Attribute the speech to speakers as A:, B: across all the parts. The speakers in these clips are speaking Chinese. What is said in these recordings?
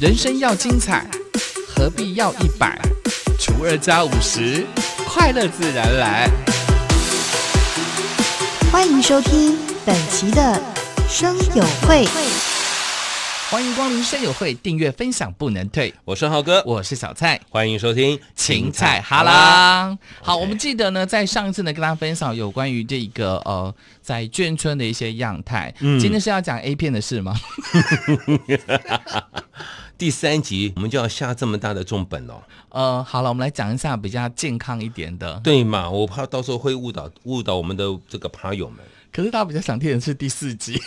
A: 人生要精彩，何必要一百除二加五十？快乐自然来。
B: 欢迎收听本期的生友会。
A: 欢迎光临声友会，订阅分享不能退。
C: 我是浩哥，
A: 我是小蔡。
C: 欢迎收听
A: 芹菜哈。啦。好，我们记得呢，在上一次呢，跟大家分享有关于这个呃，在眷村的一些样态。今天是要讲 A 片的事吗？
C: 第三集我们就要下这么大的重本哦，
A: 呃，好了，我们来讲一下比较健康一点的。
C: 对嘛？我怕到时候会误导误导我们的这个趴友们。
A: 可是大家比较想听的是第四集。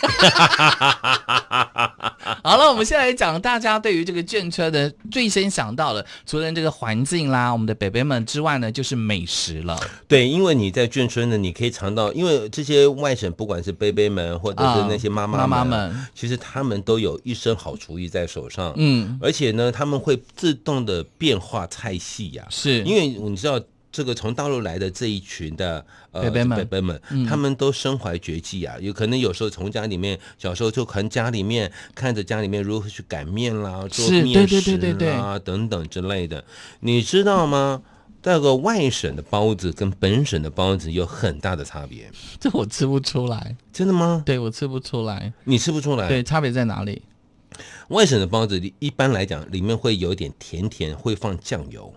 A: 好了，我们现在来讲大家对于这个眷村的最先想到的，除了这个环境啦，我们的北北们之外呢，就是美食了。
C: 对，因为你在眷村呢，你可以尝到，因为这些外省不管是贝贝们或者是那些妈
A: 啊
C: 妈
A: 妈妈
C: 们
A: 们
C: 啊，其实他们都有一身好厨艺在手上。
A: 嗯，
C: 而且呢，他们会自动的变化菜系呀、
A: 是
C: 因为你知道这个从大陆来的这一群的呃
A: 伯伯们嗯
C: 伯伯们他们都身怀绝技啊，有可能有时候从家里面小时候就可能家里面看着家里面如何去擀面啦、做
A: 是
C: 面
A: 对对
C: 食
A: 对对
C: 啦等等之类的，你知道吗？那个外省的包子跟本省的包子有很大的差别，
A: 这我吃不出来，
C: 真的吗？
A: 对我吃不出来，
C: 你吃不出来。
A: 对，差别在哪里？
C: 外省的包子一般来讲里面会有一点甜甜，会放酱油。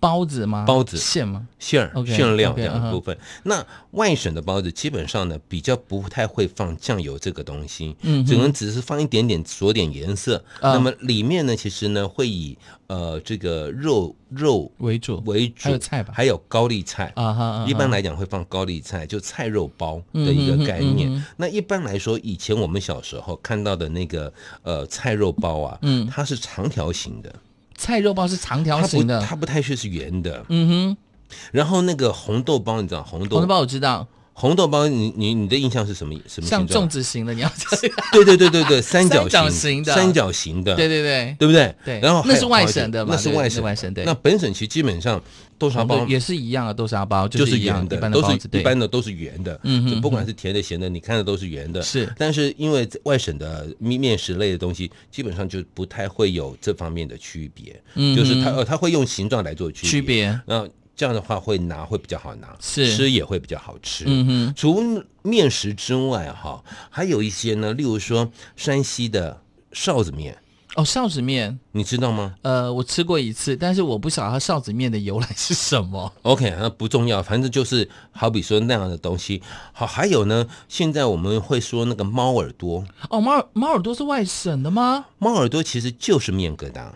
A: 包子吗？
C: 包子
A: 馅吗？
C: 馅儿、
A: OK，
C: 馅料
A: OK，嗯
C: 这样的部分。那外省的包子基本上呢，比较不太会放酱油这个东西，
A: 嗯哼
C: 只能只是放一点点，佐点颜色。
A: 啊
C: 那么里面呢，其实呢会以呃这个肉肉
A: 为主
C: 为主，
A: 还有菜吧
C: 还有高丽菜。
A: 啊哈啊哈，
C: 一般来讲会放高丽菜，就菜肉包的一个概念。
A: 嗯哼嗯
C: 那一般来说，以前我们小时候看到的那个呃菜肉包啊，
A: 嗯
C: 它是长条形的，
A: 菜肉包是长条
C: 它不
A: 形的，
C: 它不太是是圆的。
A: 嗯
C: 然后那个红豆包，你知道红
A: 哼，
C: 豆
A: 红豆包我知道，
C: 红豆包，你你你的印象是什么什么
A: 像
C: 形状啊
A: 粽？子型的，你 要这样，
C: 对对对 对对，三角
A: 三角形的
C: 三角形的，
A: 对对对。
C: 对不对？
A: 对
C: 然后还有
A: 那是外省的嘛
C: 那是
A: 对
C: 外
A: 那
C: 省
A: 是外省对
C: 那本省其实基本上豆沙
A: 红豆
C: 包
A: 也是一样的豆沙包，
C: 就是
A: 一样
C: 圆的，
A: 一般的
C: 都
A: 包
C: 是
A: 子，对
C: 一般的都是圆的，
A: 嗯哼
C: 就不管是甜的咸的，你看的都是圆的。
A: 是
C: 但是因为外省的面面食类的东西，基本上就不太会有这方面的区别，
A: 嗯哼
C: 就是它呃它会用形状来做区
A: 区别。
C: 那这样的话会拿会比较好拿，
A: 是
C: 吃也会比较好吃。
A: 嗯哼，
C: 除面食之外，哈，还有一些呢，例如说山西的臊子面，
A: 哦，臊子面，
C: 你知道吗
A: 呃，我吃过一次，但是我不晓得它臊子面的由来是什么。
C: ？OK，那不重要，反正就是好比说那样的东西。好，还有呢，现在我们会说那个猫耳朵，
A: 哦，猫耳猫耳朵是外省的吗？
C: 猫耳朵其实就是面疙瘩。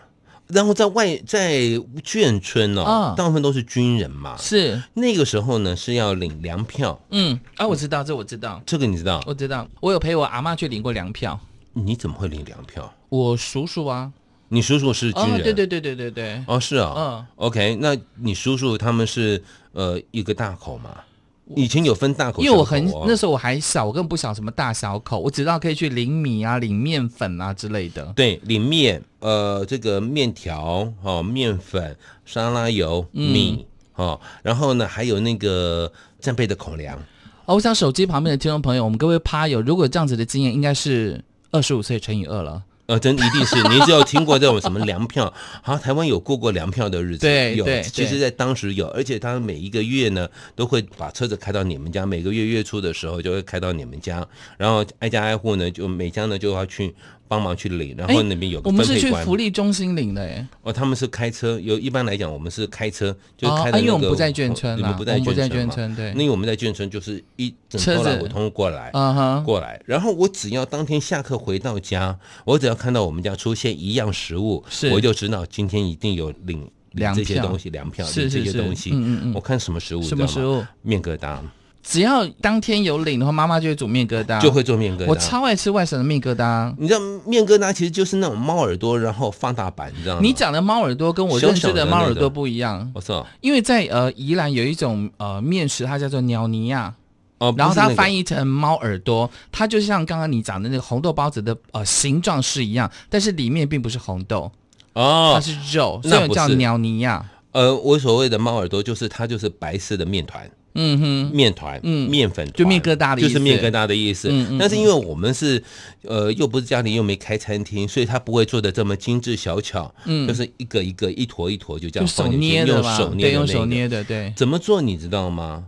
C: 然后在外在眷村
A: 啊
C: 哦，大部分都是军人嘛。
A: 是，
C: 那个时候呢是要领粮票，
A: 嗯，啊，我知道，这我知道，
C: 这个你知道？
A: 我知道，我有陪我阿妈去领过粮票，
C: 你怎么会领粮票？
A: 我叔叔啊，
C: 你叔叔是
A: 哦
C: 军人，，
A: 对对对对对对，
C: 哦，是啊、
A: 嗯
C: OK，那你叔叔他们是呃一个大口嘛？以前有分大口、小口
A: 因为我很
C: 哦
A: 那时候我还小，我根本不晓得什么大小口，我只知道可以去领米啊、领面粉啊之类的。
C: 对里面呃这个面条哦、面粉、沙拉油、
A: 嗯
C: 米哦，然后呢还有那个战备的口粮。
A: 哦，我想手机旁边的听众朋友，我们各位趴友，如果有这样子的经验，应该是二十五岁乘以二了。
C: 呃，真一 定是，你只有听过这种什么粮票，好、像台湾有过过粮票的日子，
A: 对
C: 有
A: 对，
C: 其
A: 对
C: 实在当时有，而且他每一个月呢，都会把车子开到你们家，每个月月初的时候就会开到你们家，然后挨家挨户呢，就每家呢就要去帮忙去领，然后
A: 哎
C: 那边有
A: 我
C: 个
A: 们
C: 分
A: 是
C: 配
A: 去
C: 官
A: 福，利中心领的，哎，
C: 哦，他们是开车，有一般来讲我们是开车，就
A: 哦
C: 开的、那
A: 啊因为我们
C: 个
A: 不在眷村
C: 你
A: 啦
C: 们不在
A: 我们不在
C: 村
A: 眷
C: 嘛
A: 村对
C: 那因为我们在眷村就是一整
A: 车
C: 头来
A: 子
C: 我通过来，
A: 啊哈，
C: 过来，然后我只要当天下课回到家，我只要看到我们家出现一样食物，
A: 是
C: 我就知道今天一定有领领
A: 粮
C: 这些
A: 票
C: 东西，粮票
A: 是
C: 领这
A: 是
C: 些
A: 是
C: 东西。
A: 嗯嗯嗯
C: 我看什么食物？
A: 什么
C: 你知
A: 食
C: 道吗？
A: 物？
C: 面疙瘩
A: 只要当天有领的话，妈妈就会煮面疙瘩，
C: 就会做面疙瘩。
A: 啊我超爱吃外省的面疙瘩。
C: 你知道面疙瘩其实就是那种猫耳朵，然后放大版，你知道吗？
A: 你讲的猫耳朵跟我认知
C: 嗯小小的
A: 的
C: 那
A: 猫耳
C: 个
A: 朵不一样，
C: 我操
A: 因为在呃宜兰有一种呃面食，它叫做鸟啊尼亚，
C: 哦，
A: 然后它翻
C: 译
A: 译成猫耳朵，它就像刚刚你讲的那个红豆包子的呃形状是一样，但是里面并不是红豆，它
C: 哦，
A: 是肉，
C: 那
A: 所以
C: 不
A: 叫
C: 是
A: 鸟尼亚。
C: 呃，我所谓的猫耳朵就是它就是白色的面团，
A: 嗯哼，
C: 面团，
A: 嗯
C: 面粉团
A: 就面疙瘩的意思
C: 就是面疙瘩的意思。
A: 嗯嗯
C: 但是因为我们是，呃，又不是家里又没开餐厅，所以他不会做的这么精致小巧，
A: 嗯
C: 就是一个一个一坨一坨就
A: 就
C: 这样
A: 手
C: 放进去，
A: 捏的
C: 用
A: 嘛，
C: 手捏的那
A: 对，
C: 个，
A: 用手捏的，对，
C: 怎么做你知道吗？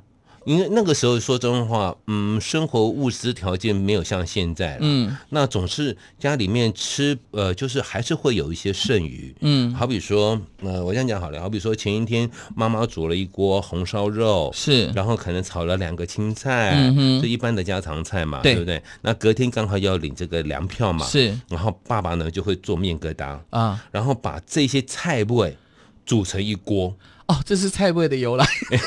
C: 因为那个时候说真话，嗯，生活物资条件没有像现在了，
A: 嗯
C: 那总是家里面吃，呃，就是还是会有一些剩余。
A: 嗯，
C: 好比说，呃，我这样讲好了，好比说前一天妈妈煮了一锅红烧肉，
A: 是，
C: 然后可能炒了两个青菜，
A: 嗯哼
C: 是一般的家常菜嘛，
A: 对
C: 不对？那隔天刚好要领这个粮票嘛，
A: 是
C: 然后爸爸呢就会做面疙瘩，
A: 啊，
C: 然后把这些菜味煮成一锅，
A: 哦，这是菜味的由来，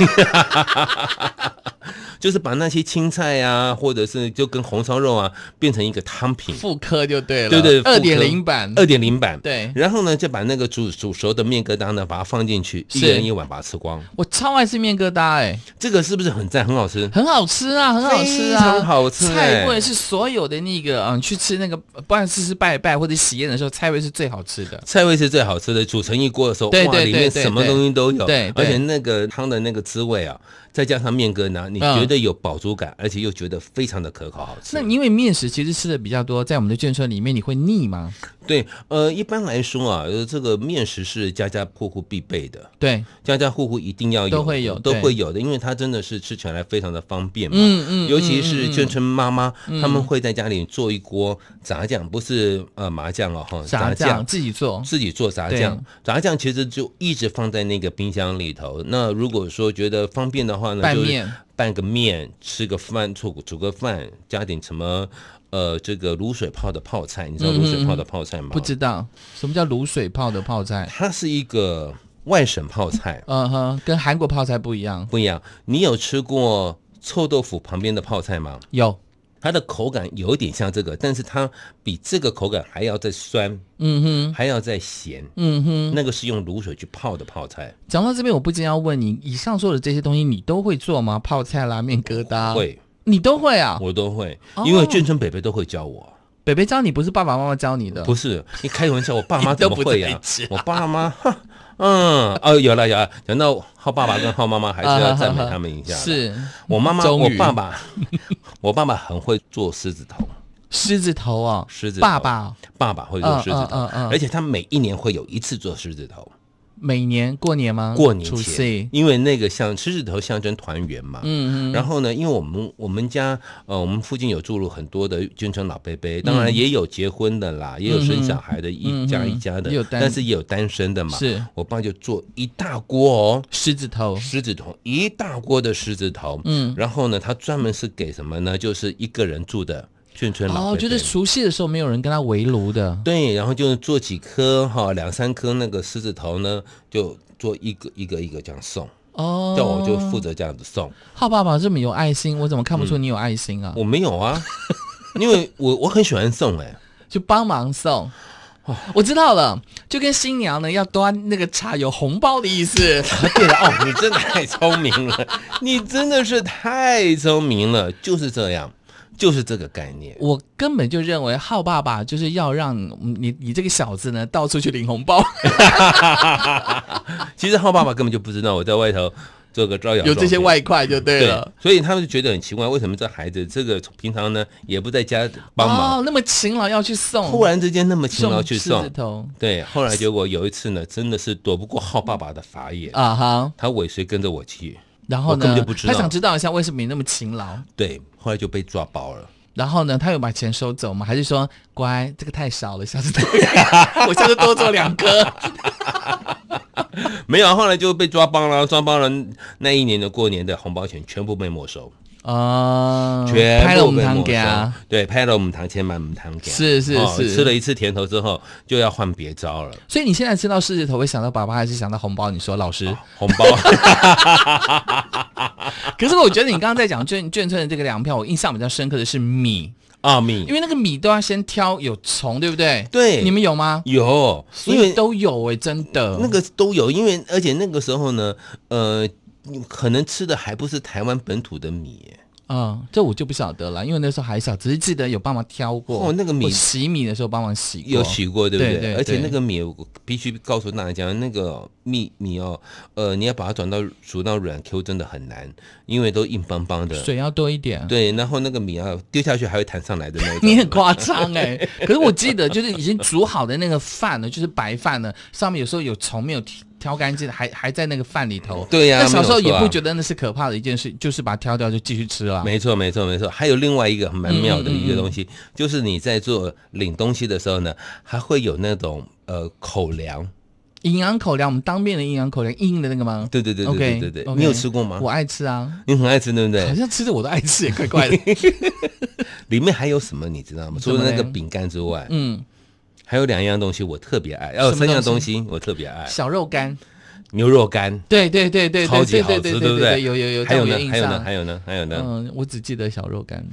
C: 就是把那些青菜啊，或者是就跟红烧肉啊，变成一个汤品，
A: 复刻就对了，
C: 对对，
A: 二点零版，
C: 二点零版，。
A: 对，
C: 然后呢，就把那个煮煮熟的面疙瘩呢，把它放进去，一
A: 是
C: 人一碗把它吃光。
A: 我超爱吃面疙瘩，哎，
C: 这个是不是很赞，很好吃？
A: 很好吃啊，很好吃啊，
C: 非常好吃
A: 菜
C: 哎
A: 味是所有的那个，嗯，去吃那个，不管是是拜拜或者喜宴的时候，菜味是最好吃的。
C: 菜味是最好吃的，煮成一锅的时候，
A: 对对
C: 哇，里面
A: 对对
C: 什么
A: 对
C: 东西都有，
A: 对对
C: 而且那个汤的那个滋味啊，再加上面疙瘩，你
A: 嗯
C: 觉得有饱足感，而且又觉得非常的可口好吃
A: 那。因为面食其实吃的比较多，在我们的眷村里面，你会腻吗？
C: 对，呃，一般来说啊，呃这个面食是家家户户必备的，
A: 对，
C: 家家户户一定要有，
A: 都会有
C: 都
A: 对
C: 会有的，因为它真的是吃起来非常的方便嘛。
A: 嗯嗯，
C: 尤其
A: 嗯
C: 是
A: 嗯
C: 眷村妈妈，他们会在家里做一锅炸酱，不是呃麻酱哦，哈，
A: 炸酱
C: 酱。
A: 自己做，
C: 自己做炸
A: 对
C: 酱，炸酱其实就一直放在那个冰箱里头。那如果说觉得方便的话呢，
A: 拌
C: 就是嗯
A: 面
C: 拌个面，吃个饭，煮煮个饭，加点什么呃这个卤水泡的泡菜，你知道卤水泡的泡菜
A: 嗯
C: 吗？
A: 不知道什么叫卤水泡的泡菜，
C: 它是一个外省泡菜，
A: 嗯哼，跟韩国泡菜不一样。
C: 不一样。你有吃过臭豆腐旁边的泡菜吗？
A: 有，
C: 它的口感有点像这个，但是它比这个口感还要再酸，
A: 嗯哼，
C: 还要再咸。
A: 嗯哼。
C: 那个是用卤水去泡的泡菜，
A: 讲到这边，我不禁要问你，以上说的这些东西你都会做吗？泡菜啦、面疙瘩，，
C: 会
A: 你都会啊？
C: 我都会
A: 哦，
C: 因为眷村北北都会教我。
A: 北北教你不是爸爸妈妈教你的，
C: 不是你开玩笑，我爸妈
A: 哦 你都
C: 怎么
A: 不
C: 会
A: 在啊
C: 呀
A: 家？
C: 我爸妈，哈嗯，哦，有了有了，讲到浩爸爸跟浩妈妈，还是要赞美他们一下的。
A: 是
C: 我妈妈，
A: 终
C: 我
A: 于
C: 爸爸， 我爸爸很会做狮子头，
A: 狮子头哦，
C: 狮子头
A: 爸爸
C: 爸爸会做狮子头
A: 嗯嗯嗯嗯，
C: 而且他每一年会有一次做狮子头。
A: 每年过年吗？
C: 过年
A: 除
C: 前
A: 夕，，
C: 因为那个像狮子头象征团圆嘛。
A: 嗯嗯，
C: 然后呢，因为我们我们家呃，我们附近有住入很多的眷村老伯
A: 嗯
C: 伯，当然也有结婚的啦，也有生小孩的，一家一家的
A: 嗯也有，单
C: 但是也有单身的嘛。
A: 是
C: 我爸就做一大锅哦，
A: 狮子头，
C: 狮子头一大锅的狮子头，
A: 嗯，
C: 然后呢，他专门是给什么呢？就是一个人住的眷村老伯伯。
A: 哦，就是除夕的时候没有人跟他围炉的，
C: 对，然后就是做几颗哈，两三颗那个狮子头呢，就做一个一个一个这样送。
A: 哦，
C: 叫我就负。责这样子送，
A: 浩爸爸这么有爱心，我怎么看不出你有爱心啊？
C: 我没有啊，因为我我很喜欢送哎、
A: 就帮忙送。
C: 哦
A: 我知道了，就跟新娘呢要端那个茶有红包的意 思。
C: 啊对了哦，你真的太聪明了，你真的是太聪明了，就是这样，就是这个概念。
A: 我根本就认为浩爸爸就是要让你你这个小子呢到处去领红包，
C: 其实浩爸爸根本就不知道我在外头做个招摇，
A: 有这些外快就对
C: 对
A: 了。，
C: 所以他们就觉得很奇怪，为什么这孩子这个平常呢也不在家帮忙，
A: 哦，那么勤劳要去送，
C: 忽然之间那么勤劳去
A: 狮子
C: 送？
A: 头
C: 对，后来结果有一次呢，真的是躲不过浩爸爸的法眼，
A: 啊哈，
C: 他尾随跟着我去，
A: 然后
C: 我根
A: 呢
C: 本就不，知
A: 他
C: 道
A: 想知道一下为什么你那么勤劳。
C: 对，后来就被抓包了。
A: 然后呢，他有把钱收走吗？还是说乖，这个太少了，下 次多，我下次多做两颗。
C: 没有，后来就被抓包了，抓包了。那一年的过年的红包钱全部被没收，
A: 啊、
C: 全部
A: 拍了我们
C: 被
A: 堂
C: 没
A: 给啊
C: 收。。对，拍了我们堂钱买我们堂给啊，
A: 是是
C: 哦
A: 是
C: 吃了一次甜头之后就要换别招了，
A: 所以你现在吃到狮子头，会想到爸爸还是想到红包？你说老师，
C: 红 包。
A: 可是我觉得你刚刚在讲眷眷村的这个粮票，我印象比较深刻的是米，
C: 啊，米
A: 因为那个米都要先挑有虫，对不对？
C: 对
A: 你们有吗？
C: 有，
A: 所
C: 因
A: 以
C: 为
A: 都有哎、真的。
C: 那个都有，因为而且那个时候呢，呃，可能吃的还不是台湾本土的米，
A: 嗯，这我就不晓得了，因为那时候还小，只是记得有帮忙挑过。
C: 哦那个米
A: 我洗米的时候帮忙洗过。
C: 有洗过，对不
A: 哦对
C: 对？
A: 对
C: 而且
A: 对
C: 那个米，我必须告诉大家，那个米米哦，呃，你要把它转到煮到软 Q 真的很难，因为都硬邦邦的。
A: 水要多一点。
C: 对，然后那个米啊，丢下去还会弹上 来的那种。
A: 你很夸 张哎、可是我记得就是已经煮好的那个饭呢，就是白饭呢，上面有时候有虫没有挑挑干净，还还在那个饭里头。
C: 对呀
A: 那小时候
C: 没有
A: 也
C: 错啊
A: 不觉得那是可怕的一件事，就是把它挑掉就继续吃了。
C: 没错，没错，没错。还有另外一个蛮妙
A: 嗯
C: 的一个东西，就是你在做领东西的时候呢，还会有那种呃口粮。
A: 营养口粮，我们当面的营养口粮，硬的那个吗？
C: 对对对对
A: OK，
C: 对对对
A: OK
C: 你有吃过吗
A: 我？爱吃啊，
C: 你很爱吃，对不对
A: 好？像吃的我都爱吃，也怪怪 的。
C: 里面还有什么你知道吗？
A: 什
C: 除
A: 么嘞
C: 了那个饼干之外，
A: 嗯，
C: 还有两样东西我特别爱，哦，
A: 什么东西
C: 三样东西我特别爱，
A: 小肉干，
C: 牛肉干。
A: 对对对对
C: 哎超
A: 对
C: 级
A: 对
C: 好
A: 对
C: 吃，
A: 对
C: 不对？
A: 有有有，
C: 还有
A: 这
C: 呢
A: 样，印
C: 还有
A: 象
C: 呢，还有呢，还有呢，
A: 嗯，我只记得小肉干。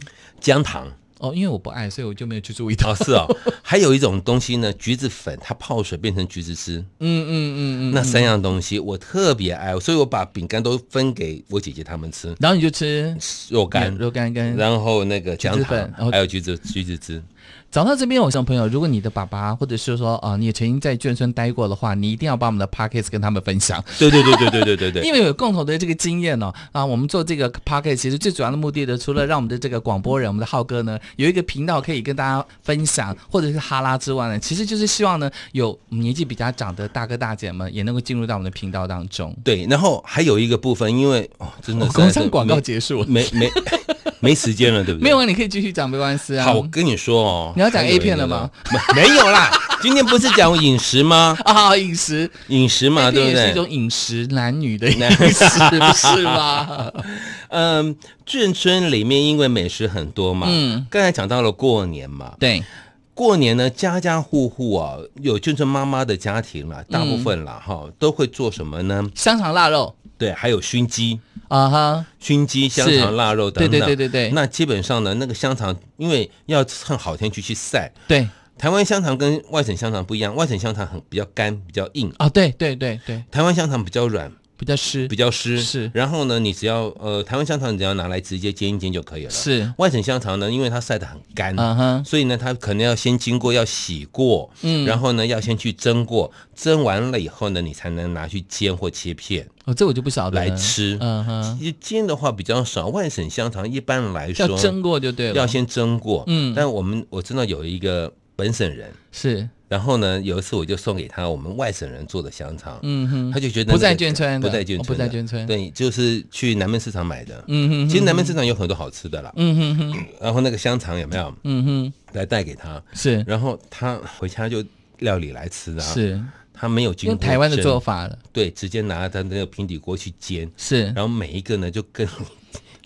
C: 姜糖
A: 哦，因为我不爱，所以我就没有去注意到。
C: 哦，是 哦，还有一种东西呢，橘子粉，它泡水变成橘子汁，
A: 嗯嗯嗯嗯。
C: 那三样东西我特别爱，所以我把饼干都分给我姐姐她们吃，
A: 然后你就吃
C: 肉干，
A: 肉干跟
C: 然后那个姜
A: 橘子粉然
C: 糖
A: 后，
C: 还有橘子橘子汁，
A: 找到这边，我想朋友，如果你的爸爸或者是说啊、呃你也曾经在眷村待过的话，你一定要把我们的 p o c k e t 跟他们分享，
C: 对对对对对对对对。
A: 因为有共同的这个经验哦。啊，我们做这个 p o c k e t 其实最主要的目的呢，除了让我们的这个广播人，我们的浩哥呢，有一个频道可以跟大家分享，或者是哈拉之外呢，其实就是希望呢，有年纪比较长的大哥大姐们也能够进入到我们的频道当中。
C: 对，然后还有一个部分，因为哦，真的
A: 哦
C: 是
A: 工商广告结束了，
C: 没嗯 没没时间了，对不对？
A: 没有啊，你可以继续讲，没关系啊。
C: 好，我跟你说哦，
A: 你要讲
C: 还有
A: A 片
C: 一个
A: 了吗
C: 呢？没没有啦，今天不是讲饮食吗？
A: 啊，饮食
C: 饮食嘛，对
A: 这
C: 不
A: 也是一
C: 对？
A: 种饮食男女的饮食，不是吗？
C: 嗯，眷村里面因为美食很多嘛，
A: 嗯，
C: 刚才讲到了过年嘛，
A: 对，
C: 过年呢，家家户户啊，有眷村妈妈的家庭
A: 嗯
C: 啦，大部分啦哈、都会做什么呢？
A: 香肠腊肉
C: 对，还有熏鸡。
A: 啊哈，
C: 熏鸡、香
A: 是
C: 肠、腊肉等等，
A: 对对对对对
C: 那基本上呢，那个香肠因为要趁好天气去晒，
A: 对
C: 台湾香肠跟外省香肠不一样，外省香肠很比较干、比较硬，
A: 啊，对对对对，
C: 台湾香肠比较软、
A: 比较湿
C: 比较湿。
A: 是
C: 然后呢，你只要呃，台湾香肠你只要拿来直接煎一煎就可以了。
A: 是，
C: 外省香肠呢，因为它晒得很干。
A: 嗯哼，
C: 所以呢，它可能要先经过要洗过，
A: 嗯
C: 然后呢要先去蒸过，蒸完了以后呢，你才能拿去煎或切片
A: 哦，这我就不晓得了
C: 来，吃。
A: 嗯哼，
C: 其实煎的话比较少，外省香肠一般来说
A: 要蒸过就对了，
C: 要先蒸过。
A: 嗯
C: 但我们我知道有一个本省人，
A: 是，
C: 然后呢有一次我就送给他我们外省人做的香肠，
A: 嗯哼，
C: 他就觉得
A: 不在
C: 那个
A: 眷村的
C: 不在眷村的，
A: 哦不在眷村
C: 对，就是去南门市场买的。
A: 嗯哼，
C: 其实南门市场有很多好吃的啦，
A: 嗯哼哼，
C: 然后那个香肠有没有
A: 嗯哼，
C: 来带给他？
A: 是
C: 然后他回家就料理来吃的、啊，
A: 是，
C: 他没有经
A: 用
C: 过
A: 台湾的
C: 蒸
A: 做，法了，
C: 对，直接拿他那个平底锅去煎，
A: 是，
C: 然后每一个呢就跟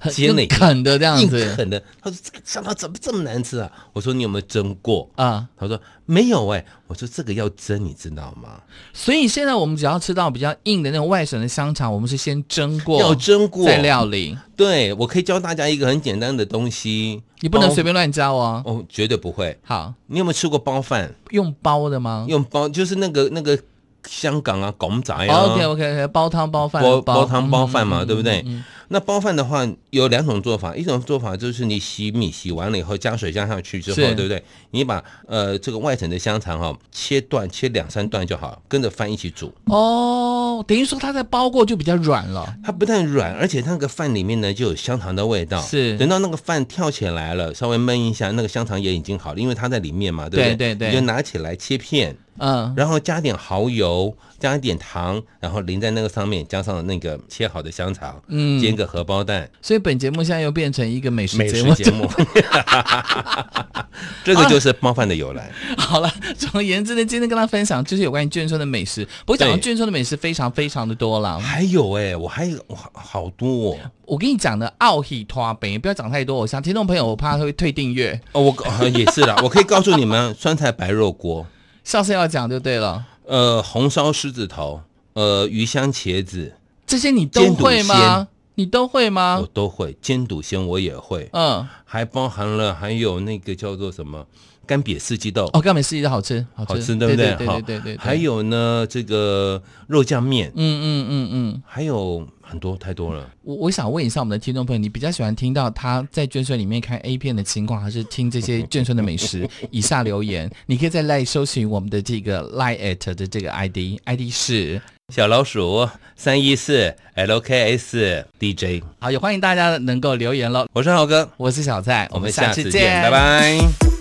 A: 很
C: 煎了
A: 用啃的这样
C: 硬
A: 子
C: 啃的。他说这个香肠怎么这么难吃啊？我说你有没有蒸过？
A: 啊，
C: 他说没有哎、我说这个要蒸，你知道吗？
A: 所以现在我们只要吃到比较硬的那种外省的香肠，我们是先蒸过，
C: 要蒸过
A: 再料理，
C: 对，我可以教大家一个很简单的东西，
A: 你不能
C: 包
A: 随便乱加哦。
C: 哦，绝对不会。
A: 好，
C: 你有没有吃过包饭？
A: 用包的吗？
C: 用包就是那个那个香港啊，港仔啊。
A: OK OK OK，包哦汤包饭
C: 煲煲汤包饭嘛，
A: 嗯
C: 对不对
A: 嗯嗯嗯？
C: 那包饭的话有两种做法，一种做法就是你洗米洗完了以后加水加上去之后，
A: 是
C: 对不对？你把呃这个外层的香肠哈、切段，切两三段就好，跟着饭一起煮。
A: 哦，等于说它在包过就比较软了。
C: 它不但软，而且那个饭里面呢就有香肠的味道。
A: 是
C: 等到那个饭跳起来了，稍微焖一下，那个香肠也已经好了，因为它在里面嘛，对不
A: 对对对
C: 你就拿起来切片，
A: 嗯，
C: 然后加点蚝油，加一点糖，然后淋在那个上面，加上那个切好的香肠，
A: 嗯
C: 煎个荷包蛋，
A: 所以本节目现在又变成一个美食
C: 美
A: 节
C: 食
A: 目。
C: 节目。 啊这个就是猫饭的由来。
A: 好了，总而言之呢，今天跟大家分享就是有关于眷村的美食。不过讲到
C: 对
A: 眷村的美食，非常非常的多啦。
C: 还有哎、我还有我好好多哦，
A: 我跟你讲的奥喜拖北，不要讲太多，我想听众朋友我怕他会退订阅，
C: 哦我啊也是啦，我可以告诉你们，酸菜白肉锅，
A: 下次要讲就对了。
C: 呃，红烧狮子头，呃，鱼香茄子，
A: 这些你都
C: 煎肚
A: 会
C: 鲜
A: 吗？你都会吗
C: 我？都会，煎肚鲜我也会，
A: 嗯，
C: 还包含了还有那个叫做什么干瘪四季豆，
A: 哦，干美四季的好吃，好吃，
C: 好吃对不
A: 对？
C: 对？
A: 对
C: 哈
A: 对对对。
C: 还，有呢，这个肉酱面，
A: 嗯嗯嗯嗯，
C: 还有很多太多了。
A: 我我想问一下我们的听众朋友，你比较喜欢听到他在眷村里面看 A 片的情况，还是听这些眷村的美食？以下留言，你可以在 Line 搜寻我们的这个 Line at 的这个 ID，ID 是。
C: 小老鼠三一四 LKS DJ，
A: 好，也欢迎大家能够留言喽。
C: 我是浩哥，
A: 我是小蔡，
C: 我
A: 我
C: 们
A: 们
C: 下
A: 下
C: 次
A: 次
C: 见，
A: 见，
C: 拜。拜。